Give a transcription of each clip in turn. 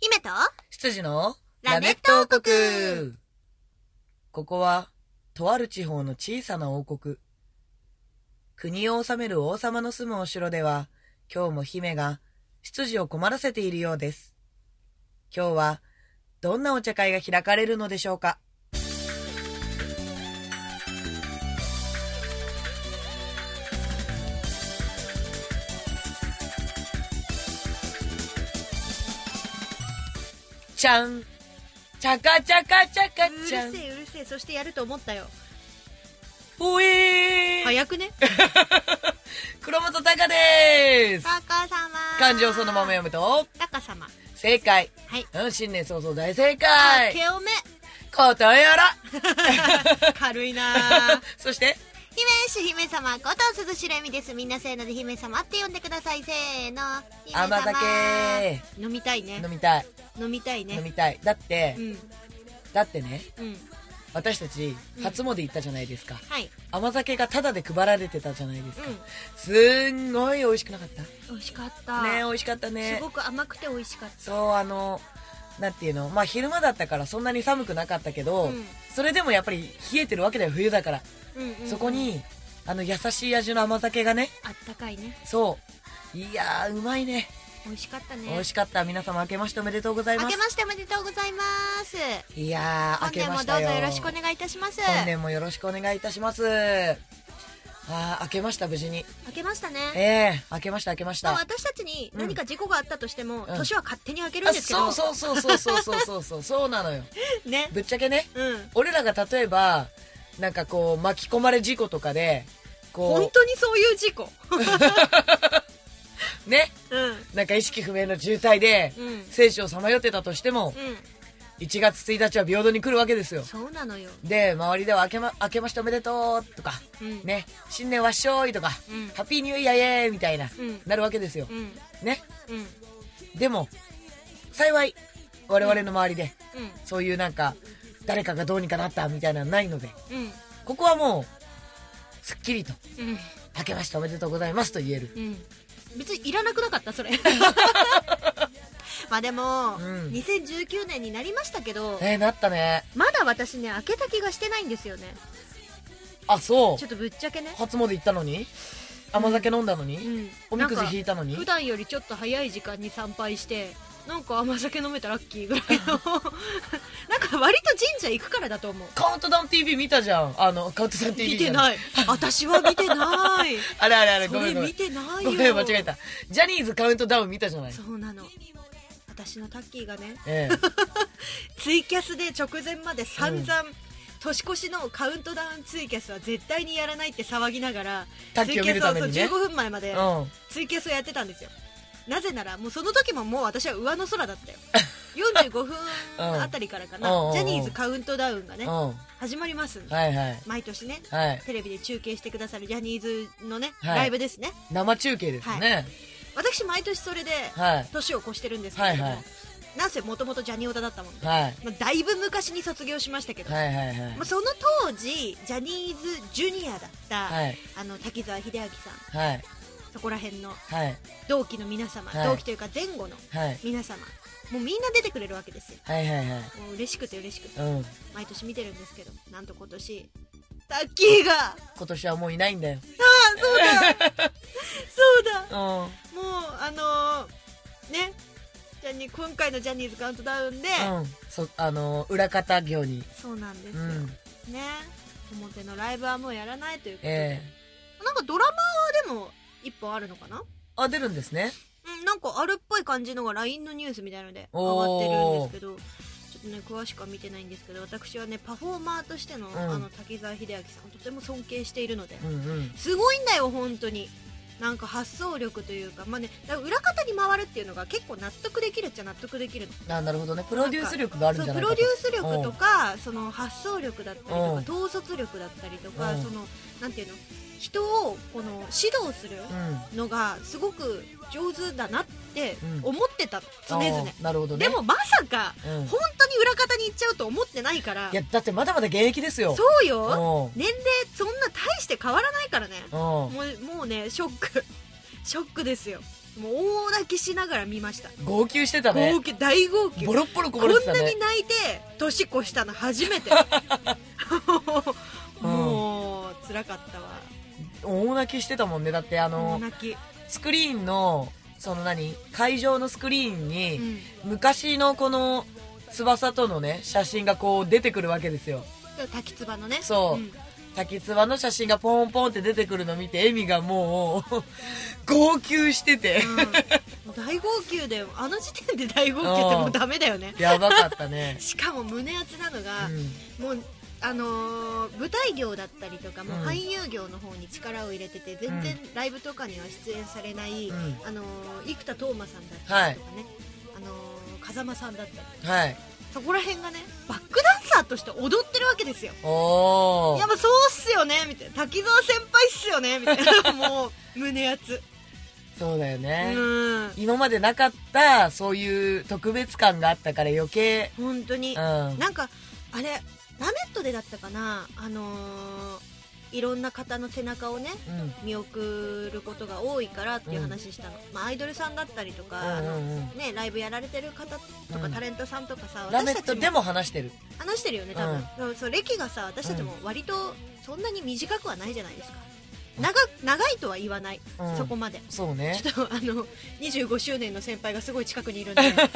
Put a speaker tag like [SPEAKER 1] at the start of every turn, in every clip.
[SPEAKER 1] 姫と
[SPEAKER 2] 羊の
[SPEAKER 1] ラネット王国
[SPEAKER 2] ここはとある地方の小さな王国国を治める王様の住むお城では今日も姫が執事を困らせているようです今日はどんなお茶会が開かれるのでしょうかちゃんチャカチャカチャカ
[SPEAKER 1] うる
[SPEAKER 2] ち
[SPEAKER 1] せ
[SPEAKER 2] ゃん
[SPEAKER 1] えうるせえそしてやると思ったよ
[SPEAKER 2] ほえー
[SPEAKER 1] 早くね
[SPEAKER 2] 黒本隆です
[SPEAKER 1] タカ様
[SPEAKER 2] 漢字をそのまま読むと
[SPEAKER 1] タカ様
[SPEAKER 2] 正解
[SPEAKER 1] はい
[SPEAKER 2] うん新年早々大正
[SPEAKER 1] あ
[SPEAKER 2] 解
[SPEAKER 1] け おめ
[SPEAKER 2] ことやら
[SPEAKER 1] 軽いな
[SPEAKER 2] そして
[SPEAKER 1] 姫主姫様こと鈴しれみですみんなせーので姫様って呼んでくださいせーの姫様
[SPEAKER 2] 甘酒
[SPEAKER 1] 飲みたいね
[SPEAKER 2] 飲みたい
[SPEAKER 1] 飲みたい
[SPEAKER 2] 飲
[SPEAKER 1] ね
[SPEAKER 2] みたいだって
[SPEAKER 1] うん
[SPEAKER 2] だってね
[SPEAKER 1] うん
[SPEAKER 2] 私たち
[SPEAKER 1] うん
[SPEAKER 2] 初詣行ったじゃないですか
[SPEAKER 1] はい
[SPEAKER 2] 甘酒がタダで配られてたじゃないですか
[SPEAKER 1] うん
[SPEAKER 2] すんごい美味しくなかった
[SPEAKER 1] 美味しかった
[SPEAKER 2] ね美味しかった
[SPEAKER 1] す
[SPEAKER 2] ね
[SPEAKER 1] ごく甘くて美味しかっ
[SPEAKER 2] そうあのなんていうのまあ昼間だったからそんなに寒くなかったけど
[SPEAKER 1] うん
[SPEAKER 2] それでもやっぱり冷えてるわけだよ冬だから
[SPEAKER 1] た、うんうんうん
[SPEAKER 2] そこにあの優しい味の甘酒がね
[SPEAKER 1] あったかいね
[SPEAKER 2] そういやーうまいね
[SPEAKER 1] 美味しかったね
[SPEAKER 2] 美味しかった皆様明けましておめでとうござい
[SPEAKER 1] 明
[SPEAKER 2] ま
[SPEAKER 1] け
[SPEAKER 2] す
[SPEAKER 1] ましておめでとうございます
[SPEAKER 2] いやー
[SPEAKER 1] 本
[SPEAKER 2] 明け
[SPEAKER 1] 年
[SPEAKER 2] ま
[SPEAKER 1] も
[SPEAKER 2] し
[SPEAKER 1] どう
[SPEAKER 2] た
[SPEAKER 1] ぞ
[SPEAKER 2] よ
[SPEAKER 1] よろしくお願いいたします
[SPEAKER 2] 本年もよろしくお願いいたしますあー明けました無事に
[SPEAKER 1] 明けましたね
[SPEAKER 2] ええ明けました明けまし
[SPEAKER 1] まあ
[SPEAKER 2] た
[SPEAKER 1] 私たちに何か事故があったとしても、
[SPEAKER 2] うん
[SPEAKER 1] 年は勝手に明けるん
[SPEAKER 2] あ
[SPEAKER 1] ですけど、
[SPEAKER 2] そうそうそうそうそうそうそうそうそうなのよ
[SPEAKER 1] ね
[SPEAKER 2] ぶっちゃけね
[SPEAKER 1] うん
[SPEAKER 2] 俺らが例えばなんかこう巻き込まれ事故とかで
[SPEAKER 1] 本
[SPEAKER 2] こ
[SPEAKER 1] 当にそういう 事故
[SPEAKER 2] うね
[SPEAKER 1] うんうん
[SPEAKER 2] なんか意識不明の渋滞で
[SPEAKER 1] うん
[SPEAKER 2] 生死をさまよってたとしても1月1日は平等に来るわけですよ
[SPEAKER 1] そうなのよ
[SPEAKER 2] で周りでは明け,、ま「明けましておめでとう」とか、
[SPEAKER 1] うん
[SPEAKER 2] ね「新年はっしょーい」とか、
[SPEAKER 1] うん
[SPEAKER 2] ハッピーニューイヤーイエーイ」みたいな、
[SPEAKER 1] うん
[SPEAKER 2] なるわけですよ
[SPEAKER 1] う、ん
[SPEAKER 2] ね
[SPEAKER 1] うんうん
[SPEAKER 2] でも幸い我々の周りで、そういうなんか誰かがどうにかなったみたいなのはないので
[SPEAKER 1] うん
[SPEAKER 2] ここはもうすっきりと
[SPEAKER 1] うん
[SPEAKER 2] 「明けましておめでとうございます」と言える
[SPEAKER 1] うん別にいらなくなかった それまあでも、
[SPEAKER 2] うん
[SPEAKER 1] 2019年になりましたけど
[SPEAKER 2] えー、なったね
[SPEAKER 1] まだ私ね開けた気がしてないんですよね
[SPEAKER 2] あそ
[SPEAKER 1] ちょ
[SPEAKER 2] う
[SPEAKER 1] っとぶっちゃけね
[SPEAKER 2] 初詣行ったのに甘酒飲んだのに、
[SPEAKER 1] うん
[SPEAKER 2] おみくじ
[SPEAKER 1] なんか
[SPEAKER 2] 引いたのに
[SPEAKER 1] 普段よりちょっと早い時間に参拝してなんか甘酒飲めたラッキーぐらいの なんか割と神社行くからだと思う
[SPEAKER 2] カウントダウン TV 見たじゃんあのカウントダウン TV
[SPEAKER 1] 見
[SPEAKER 2] じゃ
[SPEAKER 1] てない私は見て ない
[SPEAKER 2] あれあれあれ
[SPEAKER 1] そ
[SPEAKER 2] ごめ
[SPEAKER 1] れ
[SPEAKER 2] んごめん
[SPEAKER 1] 見てないよ
[SPEAKER 2] ごめん間違えたジャニーズカウントダウン見たじゃない
[SPEAKER 1] そうなの私のタッキーがね
[SPEAKER 2] え
[SPEAKER 1] ツイキャスで直前まで散々、年越しのカウントダウンツイキャスは絶対にやらないって騒ぎながら
[SPEAKER 2] タッキーを見るためにね
[SPEAKER 1] ツイキャスをそう15分前ま
[SPEAKER 2] え
[SPEAKER 1] で
[SPEAKER 2] うん
[SPEAKER 1] ツイキャスをやってたんですよなぜならもうその時ももう私は上の空だ ったよ45分あたりからかな、
[SPEAKER 2] うんうんうんうん
[SPEAKER 1] ジャニーズカウントダウンがね、
[SPEAKER 2] うん
[SPEAKER 1] 始まりますんで、
[SPEAKER 2] はいはい
[SPEAKER 1] 毎年ね
[SPEAKER 2] はい
[SPEAKER 1] テレビで中継してくださるジャニーズのね、
[SPEAKER 2] はい
[SPEAKER 1] ライブですね
[SPEAKER 2] 生中継ですよね
[SPEAKER 1] 私毎年それで
[SPEAKER 2] はい
[SPEAKER 1] 年を越してるんですけれども、
[SPEAKER 2] はいは
[SPEAKER 1] なんせもともとジャニオタだったもんで、
[SPEAKER 2] はい
[SPEAKER 1] まあ、だいぶ昔に卒業しましたけど、
[SPEAKER 2] はいはいはい
[SPEAKER 1] まあ、その当時ジャニーズジュニアだった、
[SPEAKER 2] はい
[SPEAKER 1] あの滝沢秀明さん
[SPEAKER 2] はい
[SPEAKER 1] そこら辺の
[SPEAKER 2] はい
[SPEAKER 1] 同期の皆様、
[SPEAKER 2] はい
[SPEAKER 1] 同期というか前後の
[SPEAKER 2] はい
[SPEAKER 1] 皆様もうみんな出てくれるわけですよ
[SPEAKER 2] はいはいはい
[SPEAKER 1] もう嬉しくて嬉しくて
[SPEAKER 2] うん
[SPEAKER 1] 毎年見てるんですけどなんと今年タッキーがあ
[SPEAKER 2] 今年はもういないんだよ
[SPEAKER 1] そうだそうだ
[SPEAKER 2] うんうん
[SPEAKER 1] もうあのーねジャニ今回のジャニーズカウントダウンで、
[SPEAKER 2] そあの裏方業に
[SPEAKER 1] そうなんです
[SPEAKER 2] う
[SPEAKER 1] よ、
[SPEAKER 2] ん
[SPEAKER 1] ね表のライブはもうやらないということで、
[SPEAKER 2] ええ
[SPEAKER 1] なんかドラマはでも一本あるのかな
[SPEAKER 2] あ出るんですね
[SPEAKER 1] うんなんかあるっぽい感じのが LINE のニュースみたいので上がってるんですけどちょっとね詳しくは見てないんですけど私はねパフォーマーとしての,、
[SPEAKER 2] ん
[SPEAKER 1] あの滝沢秀明さんをとても尊敬しているので、
[SPEAKER 2] うんうん
[SPEAKER 1] すごいんだよ本当になんか発想力というかまあねだから裏方に回るっていうのが結構納得できるっちゃ納得できるの
[SPEAKER 2] あなるほどねプロデュース力があるんじ
[SPEAKER 1] そう
[SPEAKER 2] ゃな
[SPEAKER 1] プ
[SPEAKER 2] いか
[SPEAKER 1] ロ
[SPEAKER 2] と
[SPEAKER 1] デュース力とかその発想力だったりとか
[SPEAKER 2] うん
[SPEAKER 1] 統率力だったりとか
[SPEAKER 2] うん
[SPEAKER 1] そのなんていうの人をこの指導するのがすごく上手だなって思ってたの常
[SPEAKER 2] うん
[SPEAKER 1] 々
[SPEAKER 2] うんなるほどね
[SPEAKER 1] でもまさか
[SPEAKER 2] うん
[SPEAKER 1] 本当に裏方に行っちゃうと思ってないから
[SPEAKER 2] いやだってまだまだ現役ですよ
[SPEAKER 1] そうよ
[SPEAKER 2] う
[SPEAKER 1] 年齢そんな大して変わらないからね
[SPEAKER 2] んうん
[SPEAKER 1] もうもうねショック ショックですよもう大泣きしながら見ました
[SPEAKER 2] 号泣してた
[SPEAKER 1] 号
[SPEAKER 2] ね
[SPEAKER 1] 泣大号泣
[SPEAKER 2] ボロッボロこぼ
[SPEAKER 1] こ
[SPEAKER 2] れて
[SPEAKER 1] ん
[SPEAKER 2] た
[SPEAKER 1] な
[SPEAKER 2] ね
[SPEAKER 1] に泣いて年越したの初め てもう辛かったわ
[SPEAKER 2] 大泣きしてたもんねだってあ
[SPEAKER 1] 大
[SPEAKER 2] の
[SPEAKER 1] 泣き
[SPEAKER 2] スクリーンのその何会場のスクリーンに、
[SPEAKER 1] うん
[SPEAKER 2] 昔のこの翼とのね写真がこう出てくるわけですよ
[SPEAKER 1] 滝つばのね
[SPEAKER 2] そう
[SPEAKER 1] うん
[SPEAKER 2] 滝つばの写真がポンポンって出てくるの見てエミがもう号泣してて、
[SPEAKER 1] うん大号泣だよあの時点で大号泣ってもうダメだよね
[SPEAKER 2] やばかったね
[SPEAKER 1] しかも胸熱なのが、
[SPEAKER 2] う
[SPEAKER 1] もうあのー舞台業だったりとかもう
[SPEAKER 2] うん
[SPEAKER 1] 俳優業の方に力を入れてて全然ライブとかには出演されない、
[SPEAKER 2] うん
[SPEAKER 1] あのー生田斗真さんだったりとかね、あのー風間さんだったり
[SPEAKER 2] んはい
[SPEAKER 1] そこら辺がねバックダンサーとして踊ってるわけですよ
[SPEAKER 2] お
[SPEAKER 1] や
[SPEAKER 2] ー
[SPEAKER 1] っぱそうっすよねみたいな滝沢先輩っすよねみたい なもう胸熱
[SPEAKER 2] そうだよ
[SPEAKER 1] う
[SPEAKER 2] ね、
[SPEAKER 1] ん
[SPEAKER 2] 今までなかったそういう特別感があったから余計
[SPEAKER 1] 本当に
[SPEAKER 2] うんはい
[SPEAKER 1] なんかあれラメットでだったかなあのーいろんな方の背中をね
[SPEAKER 2] うん
[SPEAKER 1] 見送ることが多いからっていう話したの、まあ、アイドルさんだったりとか、あ
[SPEAKER 2] う
[SPEAKER 1] の
[SPEAKER 2] んうん
[SPEAKER 1] ね、ライブやられてる方とか、
[SPEAKER 2] うん
[SPEAKER 1] タレントさんとかさ
[SPEAKER 2] ラメ
[SPEAKER 1] 私た
[SPEAKER 2] ット
[SPEAKER 1] ち
[SPEAKER 2] で
[SPEAKER 1] も
[SPEAKER 2] も話してる
[SPEAKER 1] 話してるよね多分、そう歴がさ私たちも割とそんなに短くはないじゃないですか長長いとは言わない、
[SPEAKER 2] うん
[SPEAKER 1] そこまで。
[SPEAKER 2] そうね
[SPEAKER 1] ちょっとあの25周年の先輩がすごい近くにいるん であ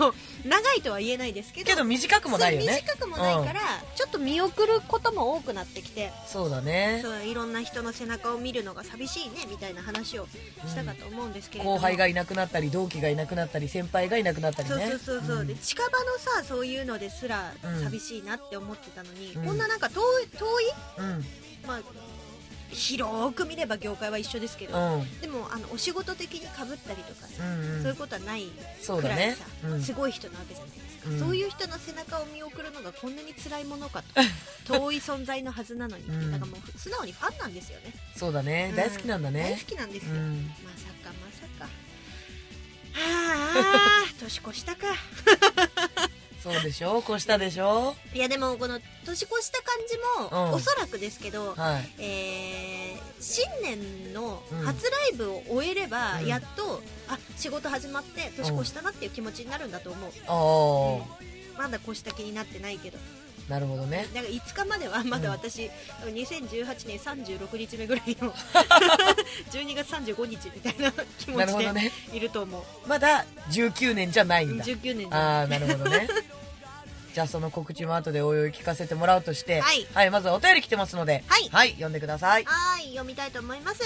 [SPEAKER 1] の長いとは言えないですけど
[SPEAKER 2] けど短くもないよね
[SPEAKER 1] そう短くもないから、ちょっと見送ることも多くなってきて
[SPEAKER 2] そうだね
[SPEAKER 1] そういろんな人の背中を見るのが寂しいねみたいな話をしたかと思うんですけれども、
[SPEAKER 2] 後輩がいなくなったり同期がいなくなったり先輩がいなくなったり
[SPEAKER 1] そう
[SPEAKER 2] ね
[SPEAKER 1] そうそうそう、で近場のさそういうのですら
[SPEAKER 2] うん
[SPEAKER 1] 寂しいなって思ってたのに、
[SPEAKER 2] うん
[SPEAKER 1] こんななんか遠い遠い、
[SPEAKER 2] うんうん
[SPEAKER 1] まあ、広く見れば業界は一緒ですけど、
[SPEAKER 2] うん
[SPEAKER 1] でもあのお仕事的にかぶったりとかさ、
[SPEAKER 2] うんうん
[SPEAKER 1] そういうことはない
[SPEAKER 2] そう
[SPEAKER 1] く
[SPEAKER 2] だ
[SPEAKER 1] らい
[SPEAKER 2] ね
[SPEAKER 1] さ、
[SPEAKER 2] うん
[SPEAKER 1] すごい人なわけじゃないですか、
[SPEAKER 2] うん
[SPEAKER 1] そういう人の背中を見送るのがこんなに辛いものかと遠い存在のはずなのに、
[SPEAKER 2] うん
[SPEAKER 1] だからもう素直にファンなんですよね
[SPEAKER 2] そうだね
[SPEAKER 1] うん
[SPEAKER 2] 大好きなんだ
[SPEAKER 1] 大
[SPEAKER 2] ね
[SPEAKER 1] 好きなんです
[SPEAKER 2] う
[SPEAKER 1] よ、
[SPEAKER 2] ん
[SPEAKER 1] まさかまさかはあ 年越したか
[SPEAKER 2] そうでしょこうしたでしょ
[SPEAKER 1] いやでもこの年越した感じも、
[SPEAKER 2] うん
[SPEAKER 1] おそらくですけど、
[SPEAKER 2] はい
[SPEAKER 1] えー新年の
[SPEAKER 2] うん
[SPEAKER 1] 初ライブを終えれば、
[SPEAKER 2] うん
[SPEAKER 1] やっとあ仕事始まって年越したなっていう気持ちになるんだと思う、
[SPEAKER 2] ああ
[SPEAKER 1] まだ越した気になってないけど
[SPEAKER 2] なるほどね
[SPEAKER 1] なんか5日まではまだ私、2018年36日目ぐらい の12月35日みたいな気持
[SPEAKER 2] なる
[SPEAKER 1] ち
[SPEAKER 2] ほど
[SPEAKER 1] で
[SPEAKER 2] ね
[SPEAKER 1] いると思う、
[SPEAKER 2] まだ19年じゃないんだ
[SPEAKER 1] 19年で
[SPEAKER 2] ああなるほど ねじゃあその告知も後でおいおい聞かせてもらうとして
[SPEAKER 1] はい
[SPEAKER 2] まずはお便り来てますので
[SPEAKER 1] はい
[SPEAKER 2] はい読んでください
[SPEAKER 1] はい読みたいと思います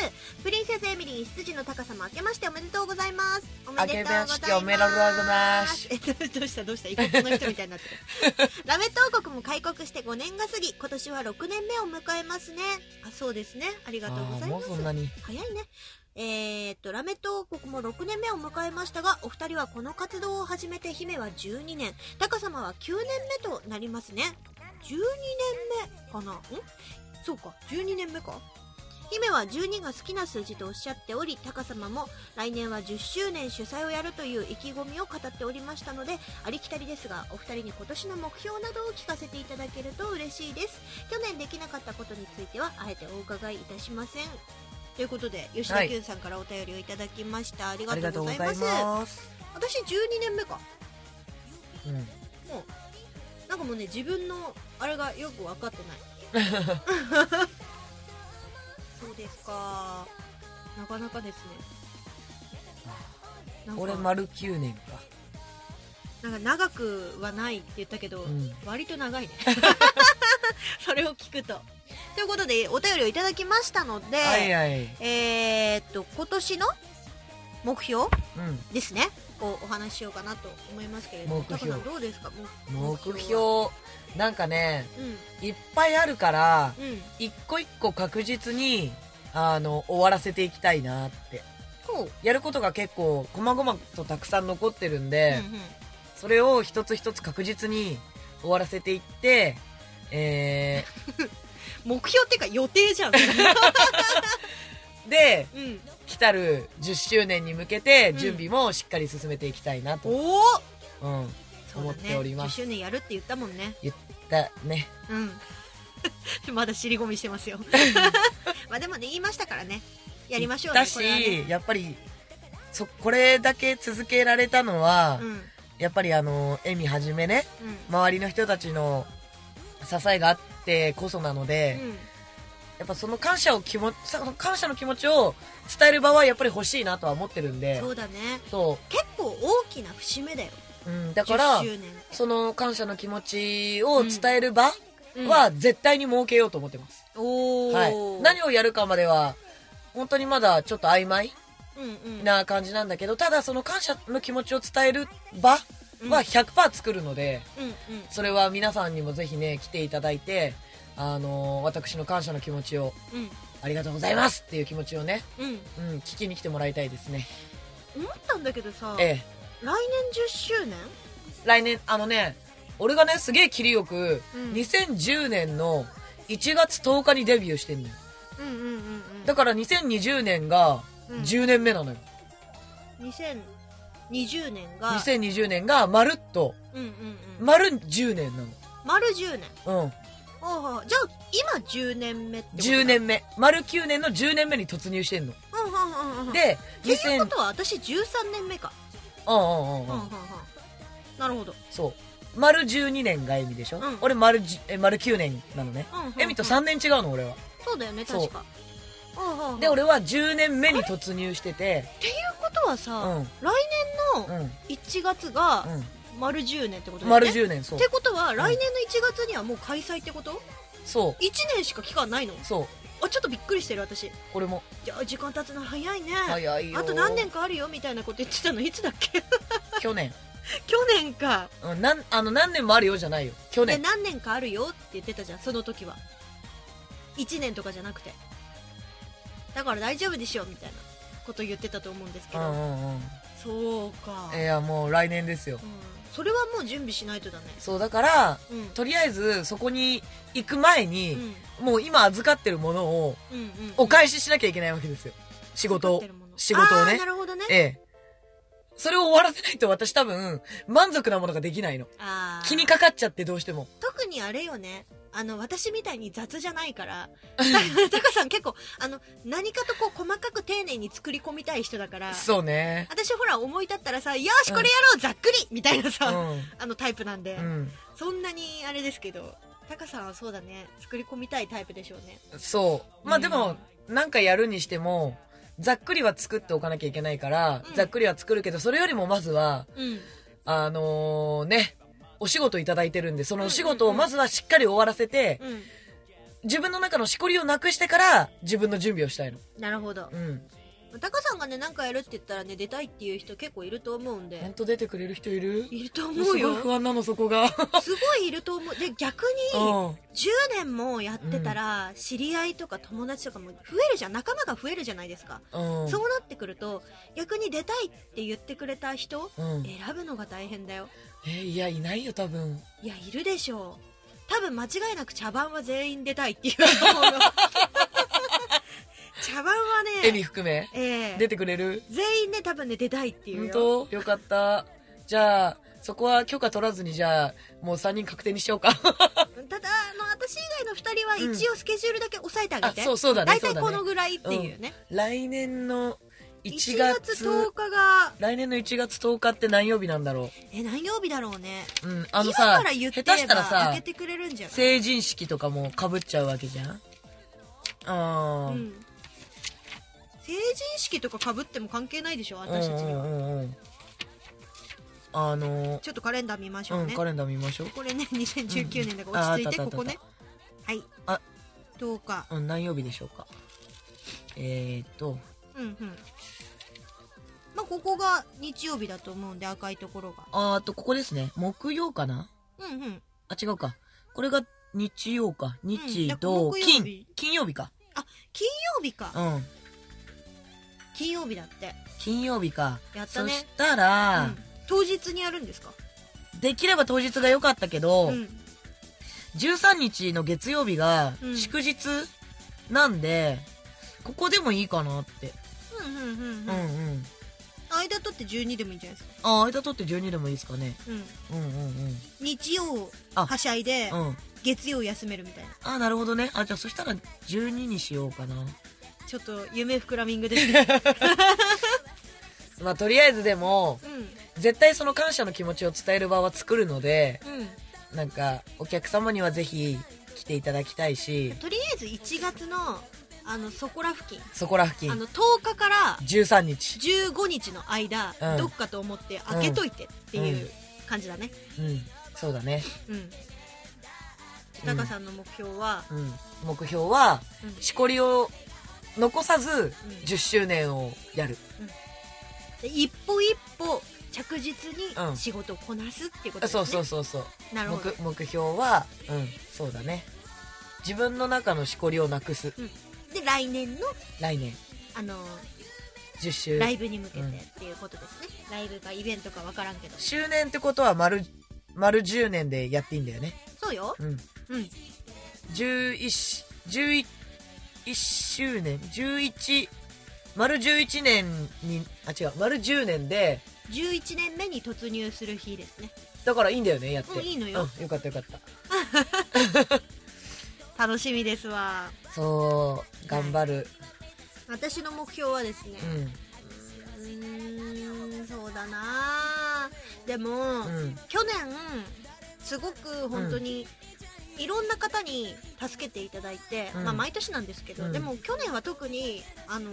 [SPEAKER 1] プリンセスエミリン羊の高さも明けましておめでとうございますおめでとうございます
[SPEAKER 2] 明けましておめでとうございます
[SPEAKER 1] え どうしたどうした一国の人みたいになってるラメット王国も開国して5年が過ぎ今年は6年目を迎えますねあそうですねありがとうございま
[SPEAKER 2] あ
[SPEAKER 1] す
[SPEAKER 2] ーもうそんなに
[SPEAKER 1] 早いねえー、っとラメット王国も6年目を迎えましたがお二人はこの活動を始めて姫は12年高様は9年目となりますね12年目かなんそうか12年目か姫は12が好きな数字とおっしゃっており高様も来年は10周年主催をやるという意気込みを語っておりましたのでありきたりですがお二人に今年の目標などを聞かせていただけると嬉しいです去年できなかったことについてはあえてお伺いいたしませんということで吉
[SPEAKER 2] は
[SPEAKER 1] 田
[SPEAKER 2] い
[SPEAKER 1] 久さんからお便りをいただきました、あり
[SPEAKER 2] あり
[SPEAKER 1] が
[SPEAKER 2] が
[SPEAKER 1] と
[SPEAKER 2] と
[SPEAKER 1] うご
[SPEAKER 2] うご
[SPEAKER 1] ざいま
[SPEAKER 2] ざい
[SPEAKER 1] す
[SPEAKER 2] ます
[SPEAKER 1] 私12年目か
[SPEAKER 2] うん
[SPEAKER 1] もうなんかもうね自分のあれがよく分かってない そうですかなかなかですねなんか
[SPEAKER 2] 俺丸9年か
[SPEAKER 1] なんか長くはないって言ったけど、
[SPEAKER 2] うん
[SPEAKER 1] 割と長いね それを聞くとということでお便りをいただきましたので、
[SPEAKER 2] はいはい
[SPEAKER 1] えー、っと今年の目標
[SPEAKER 2] うん
[SPEAKER 1] ですねこうお話ししようかなと思いますけれども
[SPEAKER 2] 目標
[SPEAKER 1] タカさんどうですか目
[SPEAKER 2] 目標
[SPEAKER 1] は
[SPEAKER 2] なんかね
[SPEAKER 1] うん
[SPEAKER 2] いっぱいあるから
[SPEAKER 1] うん
[SPEAKER 2] 一個一個確実にあの終わらせていきたいなって
[SPEAKER 1] こう
[SPEAKER 2] やることが結構細々とたくさん残ってるんで、
[SPEAKER 1] うんうん
[SPEAKER 2] それを一つ一つ確実に終わらせていってえ
[SPEAKER 1] 目標っていうか予定 じゃん
[SPEAKER 2] ー、で
[SPEAKER 1] うん
[SPEAKER 2] 来たる10周年に向けて
[SPEAKER 1] うん
[SPEAKER 2] 準備もしっかり進めていきたいなと、うん
[SPEAKER 1] おお
[SPEAKER 2] 思っております
[SPEAKER 1] 10周年やるって言ったもんね
[SPEAKER 2] 言ったね
[SPEAKER 1] うんまだ尻込みしてますよまあでもね言いましたからねやりましょうね
[SPEAKER 2] だし、
[SPEAKER 1] これはね
[SPEAKER 2] やっぱりそこれだけ続けられたのは、
[SPEAKER 1] うんうん
[SPEAKER 2] やっぱりあのエミはじめね周りの人たちの支えがあってこそなので、
[SPEAKER 1] うん
[SPEAKER 2] やっぱその感謝を気持ちその感謝の気持ちを伝える場はやっぱり欲しいなとは思ってるんで
[SPEAKER 1] そうだね
[SPEAKER 2] そ
[SPEAKER 1] 結構大きな節目だよ
[SPEAKER 2] う、うん、だから
[SPEAKER 1] 10周年
[SPEAKER 2] その感謝の気持ちを伝える場
[SPEAKER 1] うん
[SPEAKER 2] は絶対に設けようと思ってます、
[SPEAKER 1] おお、
[SPEAKER 2] はい、何をやるかまでは本当にまだちょっと曖昧
[SPEAKER 1] うんうん
[SPEAKER 2] な感じなんだけどただその感謝の気持ちを伝える場は100%作るので、
[SPEAKER 1] うんうん
[SPEAKER 2] それは皆さんにもぜひね来ていただいてあの私の感謝の気持ちを
[SPEAKER 1] うん
[SPEAKER 2] ありがとうございますっていう気持ちをね、
[SPEAKER 1] うん
[SPEAKER 2] うん、聞きに来てもらいたいですね
[SPEAKER 1] 思ったんだけどさ来
[SPEAKER 2] ええ
[SPEAKER 1] 年10周年
[SPEAKER 2] 来年あのね俺がねすげえ切りよく、
[SPEAKER 1] うん
[SPEAKER 2] 2010年の1月10日にデビューしてんのよ
[SPEAKER 1] うんうんうんうん
[SPEAKER 2] だから2020年が
[SPEAKER 1] うん
[SPEAKER 2] 10年目なのよ、
[SPEAKER 1] 2020年が
[SPEAKER 2] 2020年がまるっと
[SPEAKER 1] うんうんうん
[SPEAKER 2] 丸10年な
[SPEAKER 1] 丸10年
[SPEAKER 2] のうん
[SPEAKER 1] おうおうじゃあ今10年目ってことだ
[SPEAKER 2] 10年目丸9年の10年目に突入してんの
[SPEAKER 1] うんうんうんうん
[SPEAKER 2] で
[SPEAKER 1] っていうこ
[SPEAKER 2] 2000
[SPEAKER 1] とは私13年目か
[SPEAKER 2] うんうんうん
[SPEAKER 1] う
[SPEAKER 2] うん
[SPEAKER 1] うん
[SPEAKER 2] ん
[SPEAKER 1] うんなるほど
[SPEAKER 2] そう丸12年がエミでしょ、
[SPEAKER 1] うん
[SPEAKER 2] 俺丸10え丸9年なのね
[SPEAKER 1] うんうんうん
[SPEAKER 2] エミと3年違うの俺は
[SPEAKER 1] そうだよね
[SPEAKER 2] そう
[SPEAKER 1] 確かおうおうおう
[SPEAKER 2] で俺は10年目に突入してて
[SPEAKER 1] っていうことは
[SPEAKER 2] う
[SPEAKER 1] さ、
[SPEAKER 2] ん
[SPEAKER 1] 来年
[SPEAKER 2] う
[SPEAKER 1] の
[SPEAKER 2] ん
[SPEAKER 1] 1月が
[SPEAKER 2] う
[SPEAKER 1] 丸10年ってこと
[SPEAKER 2] ん
[SPEAKER 1] だよ
[SPEAKER 2] 丸
[SPEAKER 1] ね
[SPEAKER 2] 10年そう
[SPEAKER 1] ってことは来年の1月にはもう開催ってこと
[SPEAKER 2] そう
[SPEAKER 1] 1年しか期間ないの
[SPEAKER 2] そう
[SPEAKER 1] あちょっとびっくりしてる私
[SPEAKER 2] 俺も
[SPEAKER 1] じゃあ時間経つの早いね
[SPEAKER 2] 早いよ
[SPEAKER 1] あと何年かあるよみたいなこと言ってたのいつだっけ
[SPEAKER 2] 去年、
[SPEAKER 1] 去年か
[SPEAKER 2] うん、なんあの何年もあるよじゃないよ去
[SPEAKER 1] で
[SPEAKER 2] 年
[SPEAKER 1] 何年かあるよって言ってたじゃんその時は1年とかじゃなくてだから大丈夫でしょみたいなこと言ってたと思うんですけ
[SPEAKER 2] う
[SPEAKER 1] ど、
[SPEAKER 2] んうんうん
[SPEAKER 1] そうか、
[SPEAKER 2] いやもう来年ですよ
[SPEAKER 1] うん、それはもう準備しないとだね
[SPEAKER 2] そうだから
[SPEAKER 1] うん
[SPEAKER 2] とりあえずそこに行く前に、
[SPEAKER 1] うん
[SPEAKER 2] もう今預かってるものを
[SPEAKER 1] うんうん
[SPEAKER 2] お返ししなきゃいけないわけですよ仕事
[SPEAKER 1] わ
[SPEAKER 2] を
[SPEAKER 1] かってるもの
[SPEAKER 2] 仕事を
[SPEAKER 1] あー
[SPEAKER 2] ね
[SPEAKER 1] なるほどね
[SPEAKER 2] ええそれを終わらせないと私多分満足なものができないの
[SPEAKER 1] あー
[SPEAKER 2] 気にかかっちゃってどうしても
[SPEAKER 1] 特にあれよねあの私みたいに雑じゃないからた タカさん結構あの何かとこう細かく丁寧に作り込みたい人だから
[SPEAKER 2] そうね
[SPEAKER 1] 私ほら思い立ったらさ「よしこれやろう、ざっくり!」みたいな
[SPEAKER 2] う
[SPEAKER 1] さ、
[SPEAKER 2] ん
[SPEAKER 1] あのタイプなんで、
[SPEAKER 2] うん
[SPEAKER 1] そんなにあれですけどタカさんはそうだね作り込みたいタイプでしょうね
[SPEAKER 2] そう。まあでも、なんかやるにしても、ざっくりは作っておかなきゃいけないから、
[SPEAKER 1] うん
[SPEAKER 2] ざっくりは作るけど、それよりもまずは、
[SPEAKER 1] うん
[SPEAKER 2] あのーね、お仕事いただいてるんで、そのお仕事
[SPEAKER 1] うんうんう
[SPEAKER 2] を
[SPEAKER 1] ん
[SPEAKER 2] まずはしっかり終わらせて、
[SPEAKER 1] うん
[SPEAKER 2] 自分の中のしこりをなくしてから、自分の準備をしたいの。
[SPEAKER 1] なるほど
[SPEAKER 2] うん。
[SPEAKER 1] タカさんがねなんかやるって言ったらね出たいっていう人結構いると思うん
[SPEAKER 2] ほん
[SPEAKER 1] で
[SPEAKER 2] と出てくれる人いる
[SPEAKER 1] いると
[SPEAKER 2] も
[SPEAKER 1] 思
[SPEAKER 2] うす
[SPEAKER 1] う
[SPEAKER 2] ごい
[SPEAKER 1] よ
[SPEAKER 2] 不安なの、そこが。
[SPEAKER 1] すごいいると思うで逆に、
[SPEAKER 2] うん。
[SPEAKER 1] 10年もやってたら、知り合いとか友達とかも増えるじゃん仲間が増えるじゃないですか、
[SPEAKER 2] うん。
[SPEAKER 1] そうなってくると逆に出たいって言ってくれた人、
[SPEAKER 2] うん。
[SPEAKER 1] 選ぶのが大変だよ
[SPEAKER 2] えー、いや、いないよ、多分。
[SPEAKER 1] いやいるでしょう多分間違いなく茶番は全員出たいっていうと思うよ 茶番は
[SPEAKER 2] エミ
[SPEAKER 1] ね
[SPEAKER 2] 含め。
[SPEAKER 1] ええ
[SPEAKER 2] 出てくれる
[SPEAKER 1] 全員ね多分ね出たいっていう
[SPEAKER 2] 本
[SPEAKER 1] よ
[SPEAKER 2] 当よかった。じゃあ、そこは許可取らずに、じゃあ、もう3人確定に しようか。
[SPEAKER 1] ただあの私以外の2人は一応スケジュールだけ押さえてあげて、
[SPEAKER 2] あそうそうだね
[SPEAKER 1] 大
[SPEAKER 2] そう
[SPEAKER 1] 体
[SPEAKER 2] だ
[SPEAKER 1] こ
[SPEAKER 2] ね
[SPEAKER 1] のぐらいっていうね
[SPEAKER 2] 来年の1
[SPEAKER 1] 1
[SPEAKER 2] 月、
[SPEAKER 1] 月10日が
[SPEAKER 2] 来年の1月10日って何曜日なんだろ
[SPEAKER 1] え何曜日だろうね
[SPEAKER 2] う。うん、あの
[SPEAKER 1] 今
[SPEAKER 2] さ、
[SPEAKER 1] から言
[SPEAKER 2] 下
[SPEAKER 1] っ
[SPEAKER 2] 手
[SPEAKER 1] て
[SPEAKER 2] し
[SPEAKER 1] れ
[SPEAKER 2] た
[SPEAKER 1] ば
[SPEAKER 2] らさ
[SPEAKER 1] 開け、てくれるんじゃない
[SPEAKER 2] 成人式とかも被っちゃうわけじゃんあ
[SPEAKER 1] う
[SPEAKER 2] ー
[SPEAKER 1] ん成人式とかかぶっても関係ないでしょ私たちには、
[SPEAKER 2] うんうんうん。あの
[SPEAKER 1] ちょっとカレンダー見ましょ
[SPEAKER 2] ー、
[SPEAKER 1] う
[SPEAKER 2] うん、
[SPEAKER 1] ね、
[SPEAKER 2] カレンダー見ましょう。
[SPEAKER 1] これね2019年だから落ち着いて、
[SPEAKER 2] うんああったあったあっ
[SPEAKER 1] こ
[SPEAKER 2] た
[SPEAKER 1] こねはい
[SPEAKER 2] あ
[SPEAKER 1] 10日
[SPEAKER 2] うん、何曜日でしょうか。えーっと、
[SPEAKER 1] うんうんまあここが日曜日だと思うんで赤いところが
[SPEAKER 2] あーあと、ここですね。木曜かな
[SPEAKER 1] うんうん
[SPEAKER 2] あ、違うか。これが日曜か。
[SPEAKER 1] うん
[SPEAKER 2] 日
[SPEAKER 1] だから、
[SPEAKER 2] 土、
[SPEAKER 1] 木曜日
[SPEAKER 2] 金。金曜日か。
[SPEAKER 1] 金曜日か
[SPEAKER 2] うん。
[SPEAKER 1] 金曜日だって
[SPEAKER 2] 金曜日か。
[SPEAKER 1] やった
[SPEAKER 2] そ
[SPEAKER 1] ね
[SPEAKER 2] したら、
[SPEAKER 1] うん当日にやるんですか
[SPEAKER 2] できれば当日が良かったけど、
[SPEAKER 1] うん
[SPEAKER 2] 13日の月曜日が
[SPEAKER 1] うん
[SPEAKER 2] 祝日なんで、ここでもいいかなって。
[SPEAKER 1] うんうんうん
[SPEAKER 2] う
[SPEAKER 1] うん
[SPEAKER 2] うんん。
[SPEAKER 1] 間取って12でもいいんじゃないですか
[SPEAKER 2] あ、間取って12でもいいですかね。
[SPEAKER 1] うん
[SPEAKER 2] うんうんうん。
[SPEAKER 1] 日曜
[SPEAKER 2] あ
[SPEAKER 1] はしゃいで
[SPEAKER 2] うん。
[SPEAKER 1] 月曜休めるみたいな
[SPEAKER 2] あ、なるほどね。あ、じゃあそしたら12にしようかな。
[SPEAKER 1] ちょっと夢膨らみング ですね
[SPEAKER 2] まあとりあえずでも
[SPEAKER 1] うん
[SPEAKER 2] 絶対その感謝の気持ちを伝える場は作るので
[SPEAKER 1] うん
[SPEAKER 2] なんかお客様にはぜひ来ていただきたいし
[SPEAKER 1] とりあえず1月のあのそこら付近
[SPEAKER 2] そこら付
[SPEAKER 1] あ
[SPEAKER 2] 近
[SPEAKER 1] の10日から
[SPEAKER 2] 13日、
[SPEAKER 1] 15日の間、
[SPEAKER 2] うん
[SPEAKER 1] どっかと思って開けといてっていう感じだね
[SPEAKER 2] うん、そうだね、
[SPEAKER 1] うん高さんの目標は、
[SPEAKER 2] うん、目標は
[SPEAKER 1] うん
[SPEAKER 2] しこりを残さず
[SPEAKER 1] うん
[SPEAKER 2] 10周年をやる、
[SPEAKER 1] で一歩一歩着実
[SPEAKER 2] う
[SPEAKER 1] に
[SPEAKER 2] ん
[SPEAKER 1] 仕事をこなすっていうことです
[SPEAKER 2] あ
[SPEAKER 1] ね、
[SPEAKER 2] そうそうそうそう
[SPEAKER 1] なるほど
[SPEAKER 2] 目目標はうんそうだね自分の中のしこりをなくす
[SPEAKER 1] で来年の、
[SPEAKER 2] 来年
[SPEAKER 1] あの
[SPEAKER 2] 10周
[SPEAKER 1] ライブに向けて
[SPEAKER 2] うん
[SPEAKER 1] っていうことですね、ライブかイベントか分からんけど
[SPEAKER 2] 周年ってことは丸丸10年でやっていいんだよね
[SPEAKER 1] そうよ
[SPEAKER 2] うん
[SPEAKER 1] うん
[SPEAKER 2] 11し11 1周年11丸11年にあ違う丸10年で
[SPEAKER 1] 11年目に突入する日ですね
[SPEAKER 2] だからいいんだよねやって
[SPEAKER 1] うんいいのよ、
[SPEAKER 2] うんよかったよかった
[SPEAKER 1] 楽しみですわ
[SPEAKER 2] そう頑張る、
[SPEAKER 1] 私の目標はですね
[SPEAKER 2] うん
[SPEAKER 1] うーんそうだなでも、
[SPEAKER 2] うん
[SPEAKER 1] 去年すごく本当に、いろんな方に助けていただいて、
[SPEAKER 2] うん
[SPEAKER 1] まあ毎年なんですけど、
[SPEAKER 2] うん
[SPEAKER 1] でも去年は特に、あのー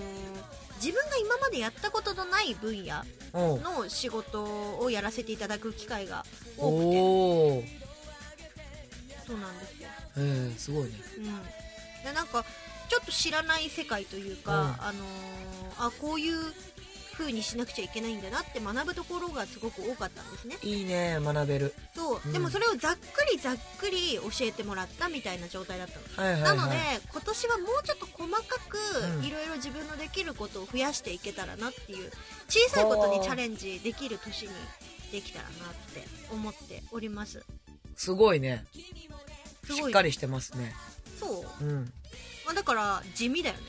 [SPEAKER 1] 自分が今までやったことのない分野
[SPEAKER 2] おう
[SPEAKER 1] の仕事をやらせていただく機会が多くて
[SPEAKER 2] おお
[SPEAKER 1] そうなんですよ、
[SPEAKER 2] うんすごいね
[SPEAKER 1] うん、でなんかちょっと知らない世界というか、あのーあこういう風にしなくちゃいけないんだなって学ぶところがすごく多かったんですね
[SPEAKER 2] いいね学べる
[SPEAKER 1] そう、
[SPEAKER 2] うん
[SPEAKER 1] でもそれをざっくりざっくり教えてもらったみたいな状態だったの、
[SPEAKER 2] はいはい、はい、
[SPEAKER 1] なので今年はもうちょっと細か
[SPEAKER 2] うん
[SPEAKER 1] くいろいろ自分のできることを増やしていけたらなっていう小さいことにチャレンジできる年にできたらなって思っております
[SPEAKER 2] すごいね
[SPEAKER 1] す
[SPEAKER 2] し
[SPEAKER 1] ご
[SPEAKER 2] っ
[SPEAKER 1] い
[SPEAKER 2] かりしてますね
[SPEAKER 1] そう、
[SPEAKER 2] うん
[SPEAKER 1] まあ、だから地味だよね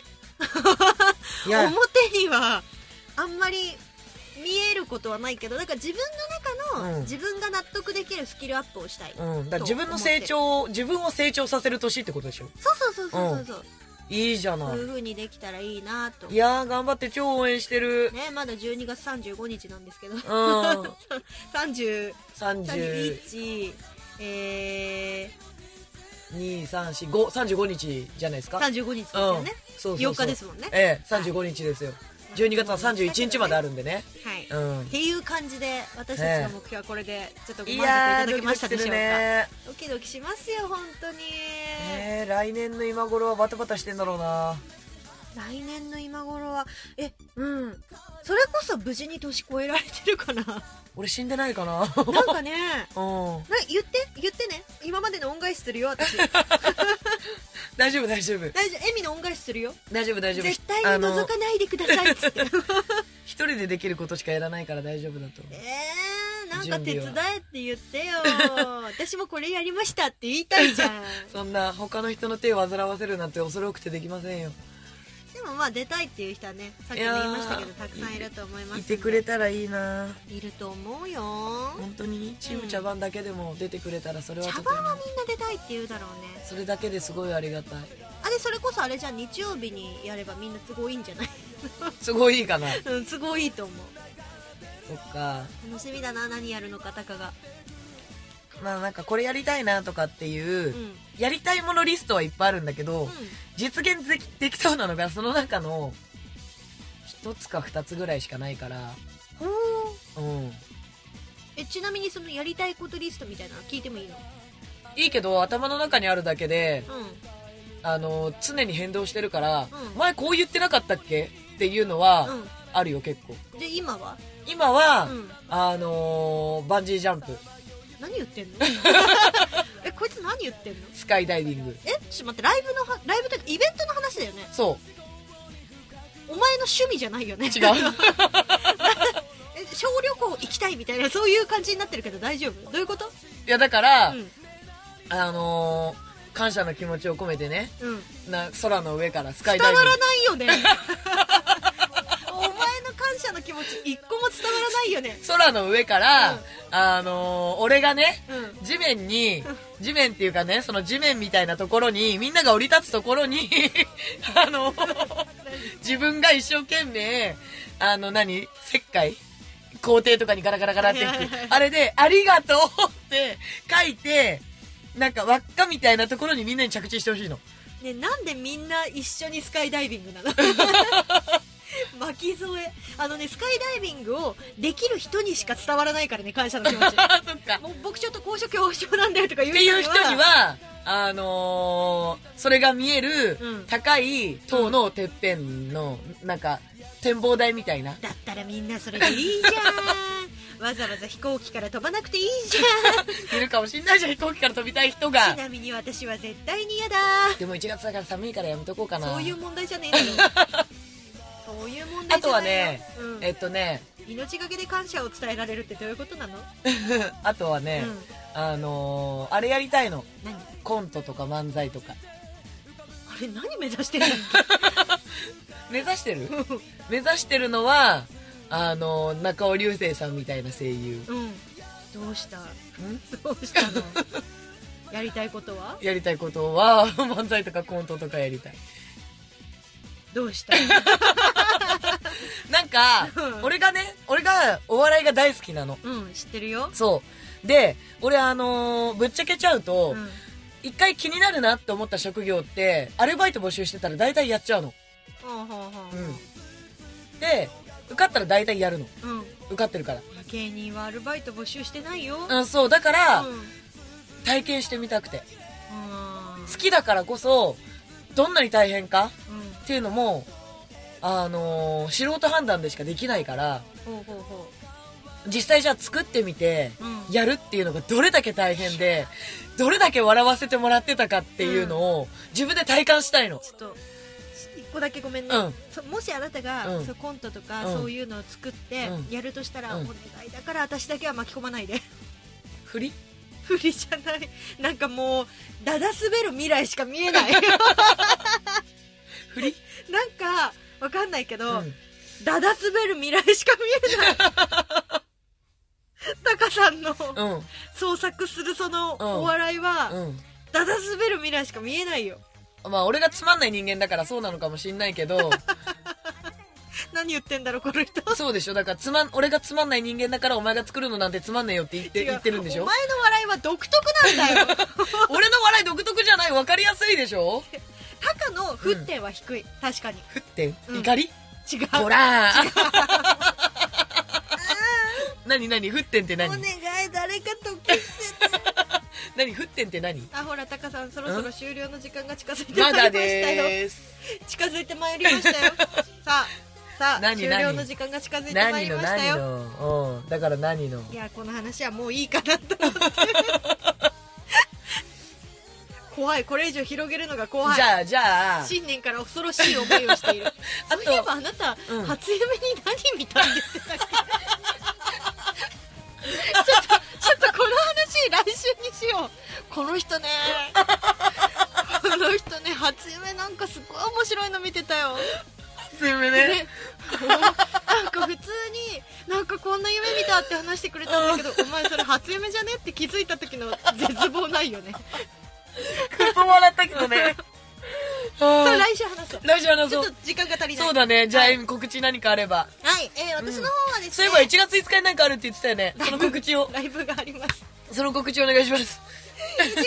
[SPEAKER 2] いや
[SPEAKER 1] 表にはあんまり見えることはないけどだから自分の中の
[SPEAKER 2] うん
[SPEAKER 1] 自分が納得できるスキルアップをしたい、
[SPEAKER 2] うん、だから自分の成長を自分を成長させる年ってことでしょ
[SPEAKER 1] そうそうそうそうそうそう、
[SPEAKER 2] いいじゃな
[SPEAKER 1] こ
[SPEAKER 2] いう
[SPEAKER 1] いう、風にできたらいいなと
[SPEAKER 2] いやー頑張って超応援してる
[SPEAKER 1] ねまだ12月35日なんですけど
[SPEAKER 2] うん
[SPEAKER 1] 30 31
[SPEAKER 2] 3234
[SPEAKER 1] えー、
[SPEAKER 2] 35日じゃないですか
[SPEAKER 1] 35日ですよね、
[SPEAKER 2] うん、そうそうそう
[SPEAKER 1] 8日ですもんね
[SPEAKER 2] ええ35日ですよ12月は31日まであるんでね
[SPEAKER 1] はい、
[SPEAKER 2] う
[SPEAKER 1] っ
[SPEAKER 2] ん
[SPEAKER 1] ていう感じで私たちの目標はこれでちょっとご
[SPEAKER 2] い
[SPEAKER 1] 満足いた
[SPEAKER 2] や
[SPEAKER 1] だ
[SPEAKER 2] ード
[SPEAKER 1] け
[SPEAKER 2] キ
[SPEAKER 1] ま
[SPEAKER 2] ドキ
[SPEAKER 1] した
[SPEAKER 2] す
[SPEAKER 1] でしょ
[SPEAKER 2] る
[SPEAKER 1] うか
[SPEAKER 2] ね
[SPEAKER 1] ドキドキしますよ本当に、
[SPEAKER 2] ねえ来年の今頃はバタバタしてんだろうな
[SPEAKER 1] 来年の今頃はえうんそれこそ無事に年越えられてるか な
[SPEAKER 2] 俺死んでない かな
[SPEAKER 1] なんかね
[SPEAKER 2] うん
[SPEAKER 1] な言って言ってね今までの恩返しするよ 私
[SPEAKER 2] 大丈夫大丈夫
[SPEAKER 1] 大丈夫エミの恩返しするよ
[SPEAKER 2] 大丈夫大丈夫
[SPEAKER 1] 絶対に覗かないでくださいっ つって
[SPEAKER 2] 一人でできることしかやらないから大丈夫だと
[SPEAKER 1] え
[SPEAKER 2] 思
[SPEAKER 1] ー、なんか手伝えって言って よ私もこれやりましたって言いたいじゃん
[SPEAKER 2] うそんな他の人の手を煩わせるなんて恐れ多くてできませんよ
[SPEAKER 1] でもまあ出たいっていう人はねさっきも言いましたけどたくさんいると思いますんで
[SPEAKER 2] いてくれたらいいない
[SPEAKER 1] ると思うよ
[SPEAKER 2] 本当にチーム茶番だけでも出てくれたらそれは
[SPEAKER 1] 茶
[SPEAKER 2] とても
[SPEAKER 1] 番はみんな出たいって言うだろうね
[SPEAKER 2] それだけですごいありがたい
[SPEAKER 1] あれそれこそあれじゃん日曜日にやればみんな都合いいんじゃない
[SPEAKER 2] すごいいいかな
[SPEAKER 1] うん都合いいと思う
[SPEAKER 2] そっか
[SPEAKER 1] 楽しみだな何やるのかたかが
[SPEAKER 2] まあなんかこれやりたいなとかっていうう、
[SPEAKER 1] んうん
[SPEAKER 2] やりたいものリストはいっぱいあるんだけど、実現できできそうなのがその中の一つか二つぐらいしかないから
[SPEAKER 1] ほう
[SPEAKER 2] うん
[SPEAKER 1] えちなみにそのやりたいことリストみたいなの聞いてもいいの
[SPEAKER 2] いいけど頭の中にあるだけで
[SPEAKER 1] う
[SPEAKER 2] あの常に変動してるから、
[SPEAKER 1] うん
[SPEAKER 2] 前こう言ってなかったっけっていうのは、
[SPEAKER 1] んうん
[SPEAKER 2] あるよ結構
[SPEAKER 1] で今は
[SPEAKER 2] 今は、
[SPEAKER 1] うん
[SPEAKER 2] あのーバンジージャンプ
[SPEAKER 1] 何言って んのえこいつ何言ってんの
[SPEAKER 2] スカイダイビング
[SPEAKER 1] えちょっと待ってライブのはライブというかイベントの話だよね
[SPEAKER 2] そ
[SPEAKER 1] お前の趣味じゃないよね
[SPEAKER 2] う違
[SPEAKER 1] え
[SPEAKER 2] う
[SPEAKER 1] 小旅行行きたいみたいなそういう感じになってるけど大丈夫どういうこと
[SPEAKER 2] いやだから、
[SPEAKER 1] うん
[SPEAKER 2] あのー感謝の気持ちを込めてね
[SPEAKER 1] うん
[SPEAKER 2] な空の上からスカイ
[SPEAKER 1] 伝
[SPEAKER 2] ダ
[SPEAKER 1] わ
[SPEAKER 2] イビング
[SPEAKER 1] らない よねお前の感謝の気持ち一個も伝わらないよね
[SPEAKER 2] 空の上から、
[SPEAKER 1] うん
[SPEAKER 2] あのー俺がね
[SPEAKER 1] うん
[SPEAKER 2] 地面に地面っていう かねその地面みたいなところにみんなが降り立つところにあのー自分が一生懸命、あの何、石灰皇帝とかにガラガラガラっていく。あれで、ありがとうって書いて、なんか輪っかみたいなところにみんなに着地してほしいの。
[SPEAKER 1] ね、なんでみんな一緒にスカイダイビング なの巻き添えあのねスカイダイビングをできる人にしか伝わらないからね感謝の気持ち
[SPEAKER 2] あ、そっか。
[SPEAKER 1] もう僕ちょっと高所恐怖症なんだよとか言
[SPEAKER 2] っ
[SPEAKER 1] う
[SPEAKER 2] ていう人
[SPEAKER 1] 人
[SPEAKER 2] に
[SPEAKER 1] には
[SPEAKER 2] は、あのーそれが見える
[SPEAKER 1] うん
[SPEAKER 2] 高い塔のてっぺんの、なんか、展望台みたいな。
[SPEAKER 1] だったらみんなそれでいいじゃんわざわざ飛行機から飛ばなくていいじ
[SPEAKER 2] いるかもしんないじゃん、飛行機から飛びたい人
[SPEAKER 1] ゃん
[SPEAKER 2] が
[SPEAKER 1] ち。なみに私は絶対に嫌だ
[SPEAKER 2] でも1月だから寒いからやめとこうかな。
[SPEAKER 1] そういう問題じゃねえのよそういう問題じゃないよ
[SPEAKER 2] あとはね、
[SPEAKER 1] うん
[SPEAKER 2] えっとね、
[SPEAKER 1] 命がけで感謝を伝えられるってどういうことなの、
[SPEAKER 2] あとは
[SPEAKER 1] う
[SPEAKER 2] ね、
[SPEAKER 1] ん
[SPEAKER 2] あのーあれやりたいの。
[SPEAKER 1] 何
[SPEAKER 2] コントとか漫才とか。
[SPEAKER 1] あれ何目指してるの
[SPEAKER 2] 目指して る目指してるのは、あのー中尾隆星さんみたいな声優。
[SPEAKER 1] うんどうしたどうしたのやりたいことは
[SPEAKER 2] やりたいことは、 漫才とかコントとかやりたい。
[SPEAKER 1] どうした
[SPEAKER 2] なんか
[SPEAKER 1] う、ん
[SPEAKER 2] 俺がね、俺がお笑いが大好きなの。
[SPEAKER 1] うん知ってるよ、
[SPEAKER 2] そう。で、俺あのーぶっちゃけちゃうと、
[SPEAKER 1] うん、
[SPEAKER 2] 一回気になるなって思った職業って、アルバイト募集してたら大体やっちゃうの。
[SPEAKER 1] ほうほうほ
[SPEAKER 2] うん。で、受かったら大体やるの。
[SPEAKER 1] ううん、
[SPEAKER 2] 受かってるから。
[SPEAKER 1] 芸人はアルバイト募集してないよ、
[SPEAKER 2] うん、そう。だから、
[SPEAKER 1] うん
[SPEAKER 2] 体験してみたくて。
[SPEAKER 1] あ
[SPEAKER 2] 好きだからこそ、どんなに大変か
[SPEAKER 1] ーうん
[SPEAKER 2] っていうのも、あのー素人判断でしかできないから、
[SPEAKER 1] ほうほうほ
[SPEAKER 2] 実際じゃあ作ってみて、
[SPEAKER 1] うん
[SPEAKER 2] やるっていうのがどれだけ大変で、どれだけ笑わせてもらってたかっていうのを、自分で体感したいの
[SPEAKER 1] う。ちょっと一個だけごめんね、
[SPEAKER 2] うん
[SPEAKER 1] そもしあなたが、
[SPEAKER 2] うん
[SPEAKER 1] そうコントとか、
[SPEAKER 2] うん
[SPEAKER 1] そういうのを作って
[SPEAKER 2] うん
[SPEAKER 1] やるとしたら、
[SPEAKER 2] うん
[SPEAKER 1] お願いだから私だけは巻き込まないで
[SPEAKER 2] 振り
[SPEAKER 1] 不利じゃないなんかもうだだ滑る未来しか見えない
[SPEAKER 2] 振り
[SPEAKER 1] なんかわかんないけ
[SPEAKER 2] う
[SPEAKER 1] ど、
[SPEAKER 2] ん。
[SPEAKER 1] だだ滑る未来しか見えない タカさんの
[SPEAKER 2] うん。
[SPEAKER 1] 創作するその
[SPEAKER 2] うん
[SPEAKER 1] お笑いは、
[SPEAKER 2] うん。
[SPEAKER 1] だだ滑る未来しか見えないよ
[SPEAKER 2] まあ、俺がつまんない人間だからそうなのかもしんない けど、
[SPEAKER 1] 何言ってんだろうこの人
[SPEAKER 2] そうでしょだから、つまん、俺がつまんない人間だからお前が作るのなんてつまんねえよって言って、言ってるんでし
[SPEAKER 1] お
[SPEAKER 2] ょ
[SPEAKER 1] 前の笑いは独特なんだ よ
[SPEAKER 2] 俺の笑い独特じゃない分かりやすいでしょ
[SPEAKER 1] タカの沸点は低い、確かに
[SPEAKER 2] 振って、
[SPEAKER 1] うん
[SPEAKER 2] 怒り
[SPEAKER 1] 違う
[SPEAKER 2] ほ らー何何沸点って
[SPEAKER 1] お
[SPEAKER 2] 何
[SPEAKER 1] 願い誰かと消してて
[SPEAKER 2] 何沸点って何
[SPEAKER 1] あほらタカさんそろそろ終了の時間が近づいてま
[SPEAKER 2] ま
[SPEAKER 1] いりま
[SPEAKER 2] だ
[SPEAKER 1] したよ、
[SPEAKER 2] でーす。
[SPEAKER 1] 近づいてまいりま したよさあさあ
[SPEAKER 2] 何
[SPEAKER 1] 終了
[SPEAKER 2] 何
[SPEAKER 1] の時間が近づいてまい
[SPEAKER 2] 何
[SPEAKER 1] り
[SPEAKER 2] の
[SPEAKER 1] ました
[SPEAKER 2] 何
[SPEAKER 1] よ
[SPEAKER 2] のうん。だから何の
[SPEAKER 1] いやこの話はもういいかなと思って 怖いこれ以上広げるのが怖い
[SPEAKER 2] じゃあ、じゃあ、
[SPEAKER 1] 新年から恐ろしい思いをしている そ
[SPEAKER 2] あと
[SPEAKER 1] ういえばあなた、
[SPEAKER 2] うん
[SPEAKER 1] 初夢に何見たんですかちょっとちょっとこの話来週にしようこの人ねこの人ね初夢なんかすごい面白いの見てたよ
[SPEAKER 2] すいませ ん
[SPEAKER 1] ね、なんか普通になんかこんな夢見たって話してくれたんだけど、お前それ初夢じゃねって気づいた時の絶望ないよね
[SPEAKER 2] クソ笑ったけどね。
[SPEAKER 1] それ
[SPEAKER 2] は
[SPEAKER 1] 来週話そう
[SPEAKER 2] あラジオの
[SPEAKER 1] ちょ
[SPEAKER 2] そ
[SPEAKER 1] っと
[SPEAKER 2] う。
[SPEAKER 1] 時間が足りない
[SPEAKER 2] そうだね。じゃあ、
[SPEAKER 1] はい、
[SPEAKER 2] 今告知何かあれば。
[SPEAKER 1] はいえー私の方はです
[SPEAKER 2] そう
[SPEAKER 1] ね、
[SPEAKER 2] いえば1月5日になんかあるって言ってたよね。その告 知を、
[SPEAKER 1] ライブがあります
[SPEAKER 2] その告知お願いします。
[SPEAKER 1] 1月5日、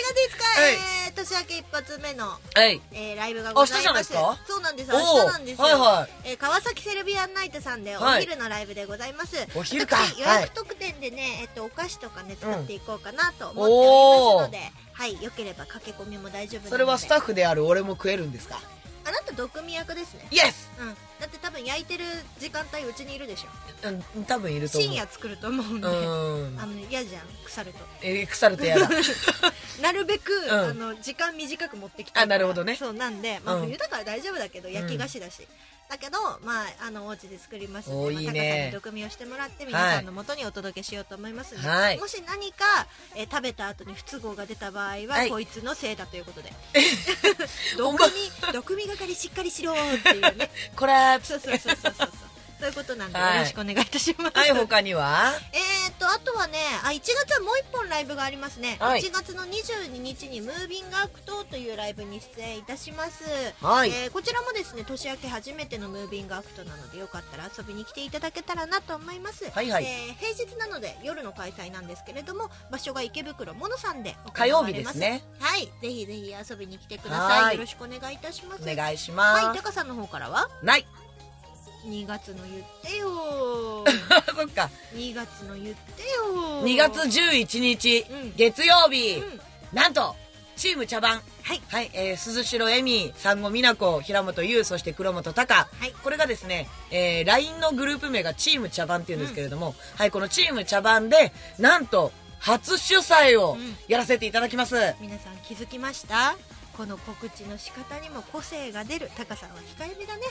[SPEAKER 2] はい
[SPEAKER 1] えー年明け一発目の、
[SPEAKER 2] はい。
[SPEAKER 1] えーライブがござい
[SPEAKER 2] 明日じゃない
[SPEAKER 1] ま
[SPEAKER 2] ですすか
[SPEAKER 1] そうなんです
[SPEAKER 2] お
[SPEAKER 1] 明
[SPEAKER 2] ー
[SPEAKER 1] 日なんですよ、
[SPEAKER 2] はいはい
[SPEAKER 1] えー川崎セルビアンナイトさんでお
[SPEAKER 2] はい
[SPEAKER 1] 昼のライブでございます、
[SPEAKER 2] お昼か
[SPEAKER 1] 私予
[SPEAKER 2] はい
[SPEAKER 1] 約特典でね、えっとお菓子とかね作っていこうかなと思っておりますので、はいよければ駆け込みも大丈夫なので
[SPEAKER 2] それはスタ
[SPEAKER 1] ッ
[SPEAKER 2] ッフである俺も食えるんですか
[SPEAKER 1] あなた毒味役ですね
[SPEAKER 2] イエス
[SPEAKER 1] うんだって多分焼いてる時間帯うちにいるでしょ
[SPEAKER 2] うん、多分いると思う。
[SPEAKER 1] 深夜作ると思うんで、
[SPEAKER 2] うん
[SPEAKER 1] あ。の嫌じゃん腐ると
[SPEAKER 2] え、腐ると やだ。
[SPEAKER 1] なるべく、
[SPEAKER 2] ん
[SPEAKER 1] あの時間短く持ってきたいから
[SPEAKER 2] あなるほどね
[SPEAKER 1] そうなんで、まあ、
[SPEAKER 2] うん
[SPEAKER 1] 冬だから大丈夫だけど、焼き菓子だしだけど、まあ、あのお家で作りますの
[SPEAKER 2] お
[SPEAKER 1] で、
[SPEAKER 2] ー
[SPEAKER 1] まあ
[SPEAKER 2] いい
[SPEAKER 1] タカ
[SPEAKER 2] ね
[SPEAKER 1] さんに毒味をしてもらって皆さんの元にお届けしようと思いますので、
[SPEAKER 2] はい
[SPEAKER 1] もし何か、えー食べた後に不都合が出た場合は、
[SPEAKER 2] はい
[SPEAKER 1] こいつのせいだという ことで
[SPEAKER 2] ほん
[SPEAKER 1] 毒
[SPEAKER 2] ま
[SPEAKER 1] 味毒味係しっかりしろーっていうね
[SPEAKER 2] こらーっつ
[SPEAKER 1] そう そうそうそうそうということなんで、
[SPEAKER 2] はい
[SPEAKER 1] よろしくお願いいたします。
[SPEAKER 2] はい、他には
[SPEAKER 1] えーとあとはねあ1月はもう1本ライブがありますね、
[SPEAKER 2] はい
[SPEAKER 1] 1月の22日に「ムービングアクト」というライブに出演いたします、
[SPEAKER 2] はい
[SPEAKER 1] えーこちらもですね年明け初めてのムービングアクトなのでよかったら遊びに来ていただけたらなと思います、
[SPEAKER 2] はいはい
[SPEAKER 1] えー平日なので夜の開催なんですけれども場所が池袋モノさんで行われます
[SPEAKER 2] 火曜日ですね
[SPEAKER 1] はいぜひぜひ遊びに来てください
[SPEAKER 2] はい
[SPEAKER 1] よろしくお願いいたします
[SPEAKER 2] お願いし
[SPEAKER 1] は
[SPEAKER 2] ま
[SPEAKER 1] い
[SPEAKER 2] す。
[SPEAKER 1] 高さんの方からは
[SPEAKER 2] ない。
[SPEAKER 1] 2月の言ってよ
[SPEAKER 2] あそっか。
[SPEAKER 1] 2月の言ってよ
[SPEAKER 2] 2月11日、
[SPEAKER 1] うん
[SPEAKER 2] 月曜日、
[SPEAKER 1] うん
[SPEAKER 2] なんと、チーム茶番。
[SPEAKER 1] はい。
[SPEAKER 2] はい、えー、鈴代恵美、産後美奈子、平本優、そして黒本隆。
[SPEAKER 1] はい
[SPEAKER 2] これがですね、えー、LINE のグループ名がチーム茶番っていうんですけれども、はい、このチーム茶番で、なんと、初主催を
[SPEAKER 1] うん
[SPEAKER 2] やらせていただきます。
[SPEAKER 1] 皆さん気づきましたこの告知の仕方にも個性が出る高さんは控えめだね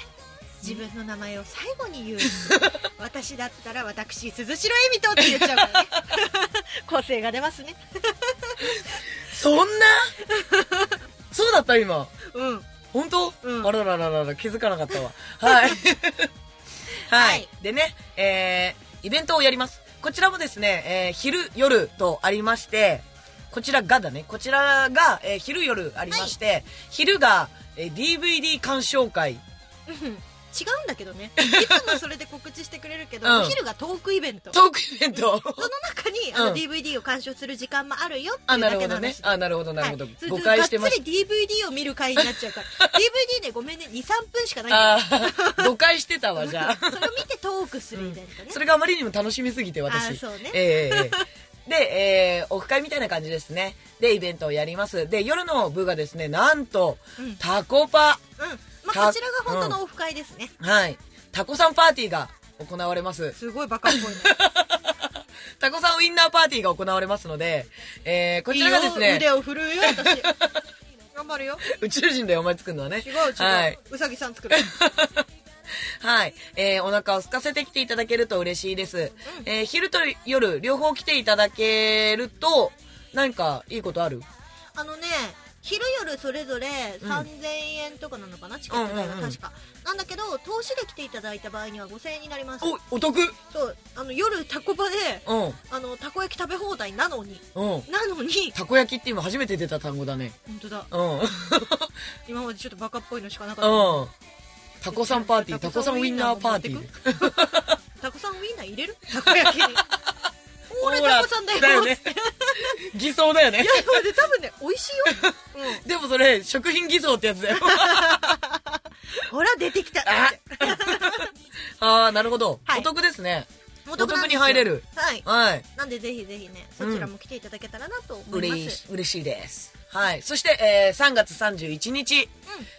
[SPEAKER 1] 自分の名前を最後に言 う私だったら私鈴代恵美とって言っちゃうか らね個性が出ますね
[SPEAKER 2] そ んなそうだった今。
[SPEAKER 1] うんは
[SPEAKER 2] 本当、
[SPEAKER 1] うん
[SPEAKER 2] あららららら気づかなかったわ。 はい。はい、
[SPEAKER 1] はい
[SPEAKER 2] でね、えー、イベントをやります。こちらもですね、えー、昼、夜とありまして、こちらがだね、こちらが、えー、昼、夜ありまして、昼が、えー、DVD 鑑賞会。
[SPEAKER 1] うん違うんだけどねいつもそれで告知してくれるけど、
[SPEAKER 2] うん
[SPEAKER 1] お昼がトークイベント
[SPEAKER 2] トークイベント。
[SPEAKER 1] その中にあ
[SPEAKER 2] う
[SPEAKER 1] の
[SPEAKER 2] ん
[SPEAKER 1] DVD を鑑賞する時間もあるよって
[SPEAKER 2] あ、
[SPEAKER 1] いう
[SPEAKER 2] な
[SPEAKER 1] だ
[SPEAKER 2] る
[SPEAKER 1] け
[SPEAKER 2] ほ
[SPEAKER 1] の
[SPEAKER 2] どね
[SPEAKER 1] 話。
[SPEAKER 2] あ、なるほど、なるほど。
[SPEAKER 1] はい、
[SPEAKER 2] 誤解してま
[SPEAKER 1] がっ
[SPEAKER 2] す。
[SPEAKER 1] つり DVD を見る回になっちゃうから DVD ねごめんね23分しかないんだよ
[SPEAKER 2] あー誤解してたわ、じゃあ。
[SPEAKER 1] それを見てトークするイベントね、
[SPEAKER 2] それがあまりにも楽しみすぎて
[SPEAKER 1] あー
[SPEAKER 2] 私
[SPEAKER 1] そうね
[SPEAKER 2] ええええで、えーオフ会みたいな感じですねでイベントをやりますで夜の部がですねなんと、
[SPEAKER 1] うん
[SPEAKER 2] タコパ
[SPEAKER 1] うんまあ、
[SPEAKER 2] た
[SPEAKER 1] こちらが本当のオフ会ですね、
[SPEAKER 2] はいタコさんパーティーが行われます
[SPEAKER 1] すごいバカっぽいね
[SPEAKER 2] タコさんウインナーパーティーが行われますので、えー こちらがです
[SPEAKER 1] いいよ腕
[SPEAKER 2] ね
[SPEAKER 1] を振るうよ 私頑張るよ
[SPEAKER 2] 宇宙人だよお前作るのはね
[SPEAKER 1] 違う違う、
[SPEAKER 2] はい、
[SPEAKER 1] うさぎさん 作る
[SPEAKER 2] はい。えーお腹を空かせてきていただけると嬉しいです。えー昼と夜、両方来ていただけると、何かいいことある
[SPEAKER 1] あのね昼夜それぞれ
[SPEAKER 2] うん
[SPEAKER 1] 3000円とかなのかな、チケット代が
[SPEAKER 2] うんうんうん
[SPEAKER 1] 確か、なんだけど投資で来ていただいた場合には5000円になります
[SPEAKER 2] お、お得
[SPEAKER 1] そうあの夜タコパで
[SPEAKER 2] うん。
[SPEAKER 1] あのたこ焼き食べ放題なのに
[SPEAKER 2] うん。
[SPEAKER 1] なのに
[SPEAKER 2] たこ焼きって今初めて出た単語だね。
[SPEAKER 1] 本当だ
[SPEAKER 2] うん。うん。
[SPEAKER 1] 今までちょっとバカっぽいのしかなかった
[SPEAKER 2] タコさんパーティー、タコさんウインナーパーティー。
[SPEAKER 1] たこさんウインナー入れる たこ焼きに俺
[SPEAKER 2] ほら
[SPEAKER 1] たこさんだよ
[SPEAKER 2] ね。 偽装だよね
[SPEAKER 1] いや。でもね多分ね美味し いよ、う
[SPEAKER 2] でもそれ、食品偽装ってやつだよ。
[SPEAKER 1] ん、ほら出てきた
[SPEAKER 2] あ あー、なるほど。
[SPEAKER 1] はい
[SPEAKER 2] お得ですね。
[SPEAKER 1] お
[SPEAKER 2] お得に入れる
[SPEAKER 1] はい
[SPEAKER 2] はい。
[SPEAKER 1] なんでぜひぜひねそちらも来ていただけたらなと思います、
[SPEAKER 2] 嬉し嬉しいです。はい。そして、えー3月31日。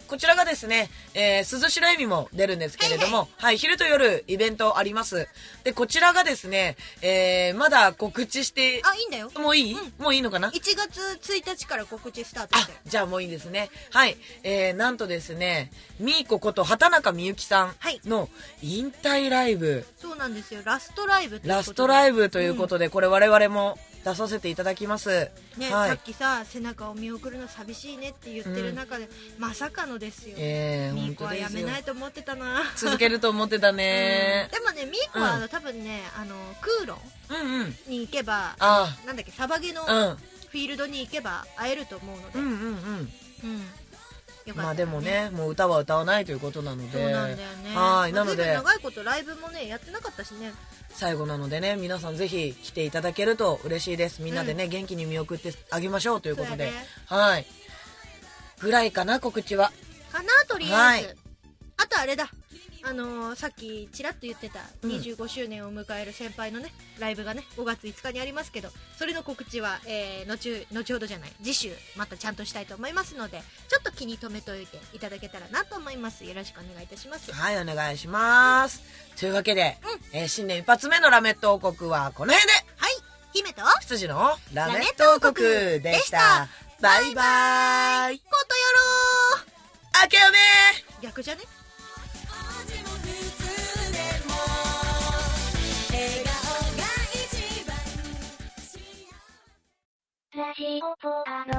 [SPEAKER 2] こちらがですね、えー、鈴代恵美も出るんですけれども、
[SPEAKER 1] は
[SPEAKER 2] はい昼と夜イベントあります。で、こちらがですね、えー、まだ告知して、
[SPEAKER 1] あいいんだよ
[SPEAKER 2] もういい、
[SPEAKER 1] う
[SPEAKER 2] もういいのかな
[SPEAKER 1] 1月1日から告知スタートし
[SPEAKER 2] あ
[SPEAKER 1] てる、
[SPEAKER 2] じゃあもういいですね。はい。えー、なんとですね、みーここと畑中みゆきさ
[SPEAKER 1] はい
[SPEAKER 2] んの引退ライブ、
[SPEAKER 1] そうなんですよラストライブ
[SPEAKER 2] ラストライ
[SPEAKER 1] ブ、
[SPEAKER 2] ブということで、これ我々も出させていただきます。
[SPEAKER 1] ね
[SPEAKER 2] はい
[SPEAKER 1] さっきさ背中を見送るの寂しいねって言ってる中で、まさかのですよ、
[SPEAKER 2] えー、
[SPEAKER 1] ミ
[SPEAKER 2] 本
[SPEAKER 1] ーコ
[SPEAKER 2] 当
[SPEAKER 1] は
[SPEAKER 2] で
[SPEAKER 1] や
[SPEAKER 2] す
[SPEAKER 1] め
[SPEAKER 2] よ
[SPEAKER 1] ないと思ってたな
[SPEAKER 2] 続けると思って たね。
[SPEAKER 1] でもねミーコは、
[SPEAKER 2] う
[SPEAKER 1] 多分ねあのクーロ
[SPEAKER 2] うんうん。
[SPEAKER 1] ンに行けば
[SPEAKER 2] あ
[SPEAKER 1] なんだっけサバゲの
[SPEAKER 2] あ、
[SPEAKER 1] フィールドに行けば会えると思うので、
[SPEAKER 2] うん。うんうんうん。
[SPEAKER 1] うんよかったらね
[SPEAKER 2] まあでもね、もう歌は歌わないということなの
[SPEAKER 1] そう
[SPEAKER 2] で、
[SPEAKER 1] なんだよね
[SPEAKER 2] はい、なの
[SPEAKER 1] まあ随分
[SPEAKER 2] で、
[SPEAKER 1] 長いことライブもねやってなかったしね
[SPEAKER 2] 最後なのでね、皆さんぜひ来ていただけると嬉しいです。みんなでね、元気に見送ってあげましょうということで、
[SPEAKER 1] そうやね
[SPEAKER 2] はい。ぐらいかな、告知は。
[SPEAKER 1] かなとりあえず、
[SPEAKER 2] はい
[SPEAKER 1] あとあれだあのーさっきちらっと言ってた
[SPEAKER 2] うん
[SPEAKER 1] 25周年を迎える先輩のねライブがね5月5日にありますけどそれの告知は、えー後後ほどじゃない次週またちゃんとしたいと思いますのでちょっと気に留めておいていただけたらなと思いますよろしくお願いいたします
[SPEAKER 2] はい、お願いします。というわけで、えー新年一発目のラメット王国はこの辺で、
[SPEAKER 1] はい姫と
[SPEAKER 2] 羊のラメッ
[SPEAKER 1] ラメット
[SPEAKER 2] ト
[SPEAKER 1] 王
[SPEAKER 2] 王
[SPEAKER 1] 国
[SPEAKER 2] 国
[SPEAKER 1] で
[SPEAKER 2] で
[SPEAKER 1] し
[SPEAKER 2] したた。バイバーイ。
[SPEAKER 1] ことよろ
[SPEAKER 2] 明けおめ
[SPEAKER 1] ー逆じゃね
[SPEAKER 3] ラジオポアロ